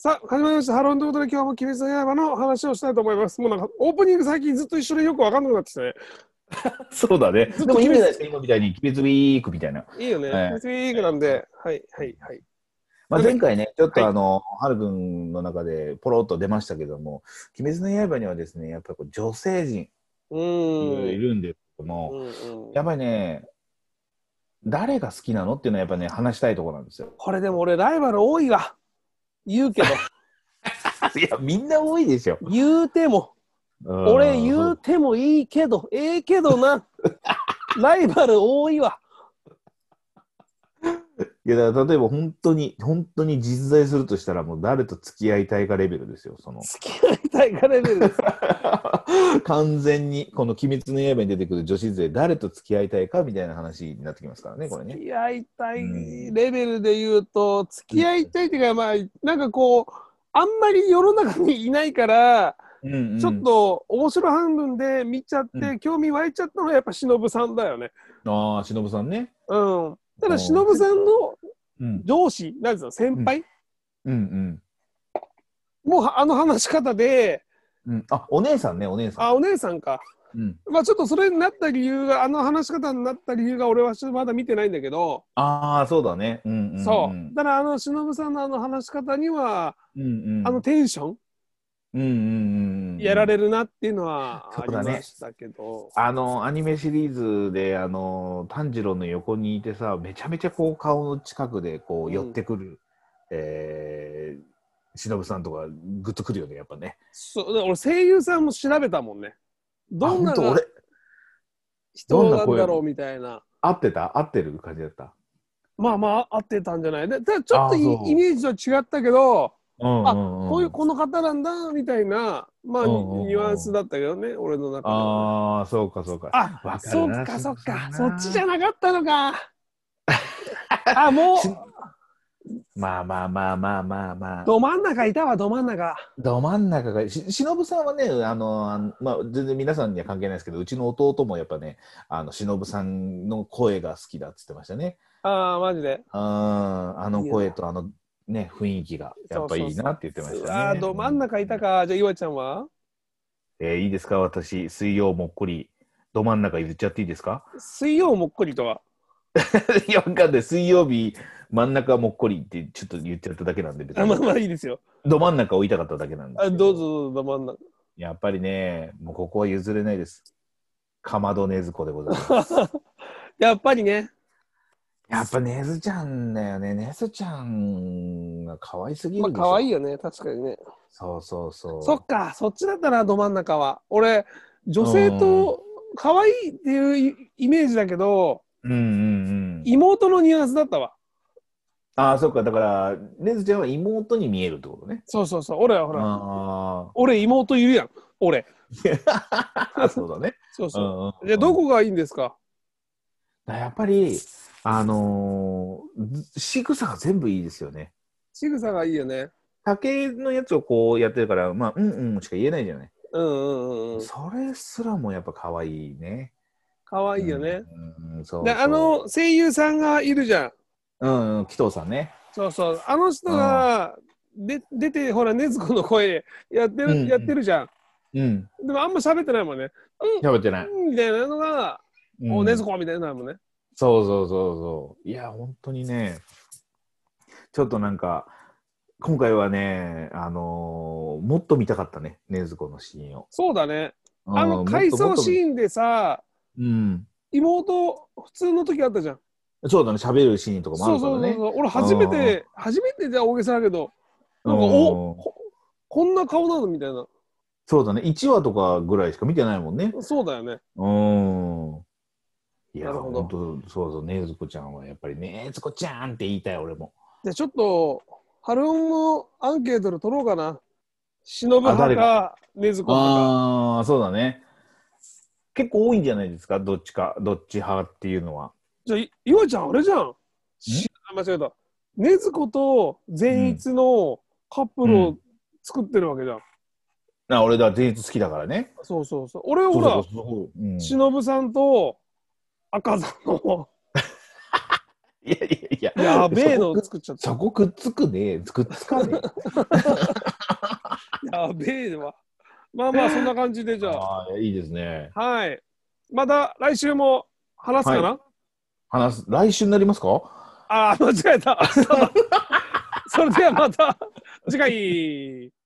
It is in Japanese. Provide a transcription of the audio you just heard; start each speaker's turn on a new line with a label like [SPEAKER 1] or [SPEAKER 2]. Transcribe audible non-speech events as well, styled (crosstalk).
[SPEAKER 1] さあ、始まりました。ハロンということで、今日も鬼滅の刃の話をしたいと思います。もうなんか、オープニング最近ずっと一緒でよくわかんなくなってきたね。
[SPEAKER 2] そうだね。
[SPEAKER 1] ずっと
[SPEAKER 2] でもいいんじゃないですか、今みたいに、鬼滅ウィークみたいな。
[SPEAKER 1] いいよね。
[SPEAKER 2] ええ
[SPEAKER 1] 鬼滅ウィークなんで、はい、はい、はい。
[SPEAKER 2] まあ、前回ね、ちょっと
[SPEAKER 1] はい
[SPEAKER 2] あの、はるくんの中でポロッと出ましたけども、鬼滅の刃にはですね、やっぱりこう女性陣
[SPEAKER 1] う
[SPEAKER 2] い
[SPEAKER 1] ーん。
[SPEAKER 2] るんですけども、
[SPEAKER 1] うんうん。
[SPEAKER 2] やっぱりね、誰が好きなのっていうのはやっぱね、話したいところなんですよ
[SPEAKER 1] これでも俺、ライバル多いわ。言う (laughs) けど、
[SPEAKER 2] (laughs) いや、みんな多いでしょ。
[SPEAKER 1] 言うても、俺言
[SPEAKER 2] う。
[SPEAKER 1] うんてもいいけど、ええけどな。ライバル多いわ。
[SPEAKER 2] いや、だから例えば本当に、本当に実在するとしたら、もう誰と付き合いたいかレベルですよ、その。
[SPEAKER 1] 付き合いたいかレベルです。 (laughs)
[SPEAKER 2] (laughs) 完全にこの「鬼滅の刃」に出てくる女子勢誰と付き合いたいかみたいな話になってきますからねこれね
[SPEAKER 1] 付。き合いたい
[SPEAKER 2] うん
[SPEAKER 1] レベルで言うと、付き合いたいっていうか、まあ、なんかこう、あんまり世の中にいないから、
[SPEAKER 2] うんうん
[SPEAKER 1] ちょっと面白半分で見ちゃって、
[SPEAKER 2] う
[SPEAKER 1] 興味湧いちゃったのはやっぱ忍さんだよね。
[SPEAKER 2] ああ忍さんね。
[SPEAKER 1] うん。た
[SPEAKER 2] う
[SPEAKER 1] だ
[SPEAKER 2] ん
[SPEAKER 1] 忍さんの
[SPEAKER 2] うん
[SPEAKER 1] 上司、なんですか、先輩、
[SPEAKER 2] うん
[SPEAKER 1] もうはあの話し方で、
[SPEAKER 2] うんうん、あお姉さんねお姉さん。
[SPEAKER 1] あ、お姉さんか。
[SPEAKER 2] うん、
[SPEAKER 1] まあちょっとそれになった理由が、あの話し方になった理由が俺はちょっとまだ見てないんだけど、
[SPEAKER 2] ああそうだね。うんうんうん、
[SPEAKER 1] そう。だからあの忍さんのあの話し方には、
[SPEAKER 2] うんうん、
[SPEAKER 1] あのテンション
[SPEAKER 2] うんうんうんうん、
[SPEAKER 1] やられるなっていうのはあ
[SPEAKER 2] そう
[SPEAKER 1] り
[SPEAKER 2] だね
[SPEAKER 1] ましたけど、
[SPEAKER 2] あのアニメシリーズであの炭治郎の横にいてさめちゃめちゃこう顔の近くでこ
[SPEAKER 1] う
[SPEAKER 2] うん寄ってくる、えー忍さんとかグッとくるよねやっぱね。
[SPEAKER 1] そうだから俺声優さんも調べたもんねどんな
[SPEAKER 2] あほと俺
[SPEAKER 1] 人
[SPEAKER 2] どん
[SPEAKER 1] な
[SPEAKER 2] なん声
[SPEAKER 1] だろうみたいな
[SPEAKER 2] 合ってた合ってる感じだった。
[SPEAKER 1] まあまあ合ってたんじゃないででちょっとい
[SPEAKER 2] あそう
[SPEAKER 1] イメージと違ったけど、
[SPEAKER 2] うん
[SPEAKER 1] あ
[SPEAKER 2] んん
[SPEAKER 1] こういうこの方なんだみたいなまあ、
[SPEAKER 2] うんうんうん
[SPEAKER 1] ニュアンスだったけどね俺の中では
[SPEAKER 2] ああ、そうかそうか。
[SPEAKER 1] あ
[SPEAKER 2] わか
[SPEAKER 1] そ
[SPEAKER 2] る
[SPEAKER 1] う
[SPEAKER 2] な
[SPEAKER 1] かそ
[SPEAKER 2] そううだ
[SPEAKER 1] か
[SPEAKER 2] な
[SPEAKER 1] そっちじゃなかったの
[SPEAKER 2] (laughs)
[SPEAKER 1] かあも
[SPEAKER 2] し
[SPEAKER 1] う
[SPEAKER 2] まあまあまあまあまあまあ。
[SPEAKER 1] ど真ん中いたわど真ん中
[SPEAKER 2] ど真ん中が、し忍さんはね、あの、あのまあ、全然皆さんには関係ないですけど、うちの弟もやっぱね、あの、忍さんの声が好きだっつってましたね。
[SPEAKER 1] ああマジで
[SPEAKER 2] うん、あの声とあの、ね、雰囲気が、やっぱいいなって言ってましたね。
[SPEAKER 1] ああど真ん中いた
[SPEAKER 2] か。
[SPEAKER 1] かじゃあ岩ちゃんは
[SPEAKER 2] えーいいですか、私、水曜もっこり、ど真ん中言っちゃっていいですか
[SPEAKER 1] 水曜もっこりとはい
[SPEAKER 2] や、わかんない。水曜日、真ん中もっこりって、ちょっと言っちゃっただけなんで、別
[SPEAKER 1] あまあまあいいですよ。
[SPEAKER 2] ど真ん中を言いたかっただけなんです
[SPEAKER 1] あ
[SPEAKER 2] け
[SPEAKER 1] どうぞどうぞど真ん中。
[SPEAKER 2] やっぱりね、もうここは譲れないです。かまどねずこでござい
[SPEAKER 1] (laughs)
[SPEAKER 2] ます。
[SPEAKER 1] やっぱりね、
[SPEAKER 2] やっぱねずちゃんだよね。ねずちゃんが可愛すぎる
[SPEAKER 1] ま
[SPEAKER 2] で
[SPEAKER 1] あ
[SPEAKER 2] しょ。
[SPEAKER 1] 可愛いよね、確かにね。
[SPEAKER 2] そうそうそう。
[SPEAKER 1] そっか、そっちだったな、ど真ん中は。俺、女性と可愛いっていうイメージだけど、
[SPEAKER 2] うんうんうん。
[SPEAKER 1] 妹のニュアンスだったわ。
[SPEAKER 2] ああ、そっか。だから、ねずちゃんは妹に見えるってことね。
[SPEAKER 1] そうそうそう、俺はほら、
[SPEAKER 2] あ
[SPEAKER 1] 俺妹いるやん、俺。 (laughs)
[SPEAKER 2] あ、そうだね。
[SPEAKER 1] そう
[SPEAKER 2] う
[SPEAKER 1] そ
[SPEAKER 2] んうん
[SPEAKER 1] う。じゃあどこがいいんですか
[SPEAKER 2] だからやっぱり、あのー、ず仕草が全部いいですよね。
[SPEAKER 1] 仕草がいいよね。
[SPEAKER 2] 竹のやつをこうやってるから、まあ、うんうんしか言えないじゃない。
[SPEAKER 1] うんうんうん。
[SPEAKER 2] それすらもやっぱ可愛いね。
[SPEAKER 1] 可愛いよね。。
[SPEAKER 2] うん、うんそう
[SPEAKER 1] で、あ、の声優さんがいるじゃん。
[SPEAKER 2] そううん、うん、紀藤さんね。
[SPEAKER 1] そうそう、あの人がで出て、ほら、禰豆子の声やってる、
[SPEAKER 2] うんうん
[SPEAKER 1] やってるじゃん。
[SPEAKER 2] うん、
[SPEAKER 1] でもあんま喋ってないもんね。
[SPEAKER 2] 喋ってない。
[SPEAKER 1] うんみたいなのが、
[SPEAKER 2] うん
[SPEAKER 1] お禰豆子みたいなのもんね。
[SPEAKER 2] そうそうそうそう。いや、本当にね、ちょっとなんか、今回はね、あのーもっと見たかったね、禰豆子のシーンを。
[SPEAKER 1] そうだね。あ
[SPEAKER 2] う
[SPEAKER 1] の
[SPEAKER 2] ん
[SPEAKER 1] 回想シ
[SPEAKER 2] ン。
[SPEAKER 1] ーンでさ、
[SPEAKER 2] うん。
[SPEAKER 1] 妹、普通の時あったじゃん。
[SPEAKER 2] そうだね、喋るシーンとかもあ
[SPEAKER 1] そう
[SPEAKER 2] るから
[SPEAKER 1] そうそう
[SPEAKER 2] ね。
[SPEAKER 1] そう。俺、初めて、初めてじゃ大げさだけど、なんか、
[SPEAKER 2] うん
[SPEAKER 1] おここんな顔なのみたいな。
[SPEAKER 2] そうだね、1話とかぐらいしか見てないもんね。
[SPEAKER 1] そうだよね。
[SPEAKER 2] うん。い
[SPEAKER 1] な
[SPEAKER 2] や、
[SPEAKER 1] るほど
[SPEAKER 2] 本当そうそう、禰豆子ちゃんはやっぱり、禰豆子ちゃんって言いたい、俺も。
[SPEAKER 1] じゃあちょっと、春音のアンケートで取ろうかな。忍派
[SPEAKER 2] あ誰
[SPEAKER 1] か、禰豆子派か。
[SPEAKER 2] ああー、そうだね。結構多いんじゃないですか、どっちか、どっち派っていうのは。
[SPEAKER 1] じゃあ、いいわちゃん、あれじゃん。しあ間違えた。禰豆子と善逸のカップルを作ってるわけじゃん。
[SPEAKER 2] な俺だ、前日好きだからね。
[SPEAKER 1] そうそうそう。俺はほら
[SPEAKER 2] そう、そうそううん
[SPEAKER 1] 忍さんと赤座の
[SPEAKER 2] いやいやいや。
[SPEAKER 1] やべえの
[SPEAKER 2] そこ。
[SPEAKER 1] 作っちゃった
[SPEAKER 2] そ。こくっつくねくっつかね
[SPEAKER 1] やべえわ。まあまあ、そんな感じ (laughs) でじ
[SPEAKER 2] え。
[SPEAKER 1] ゃあ。
[SPEAKER 2] ああ、いいですね。
[SPEAKER 1] はい。また来週も話すかな、
[SPEAKER 2] 話す、来週になりますか (laughs)
[SPEAKER 1] (laughs) ああ、間違えた。それではまた次回。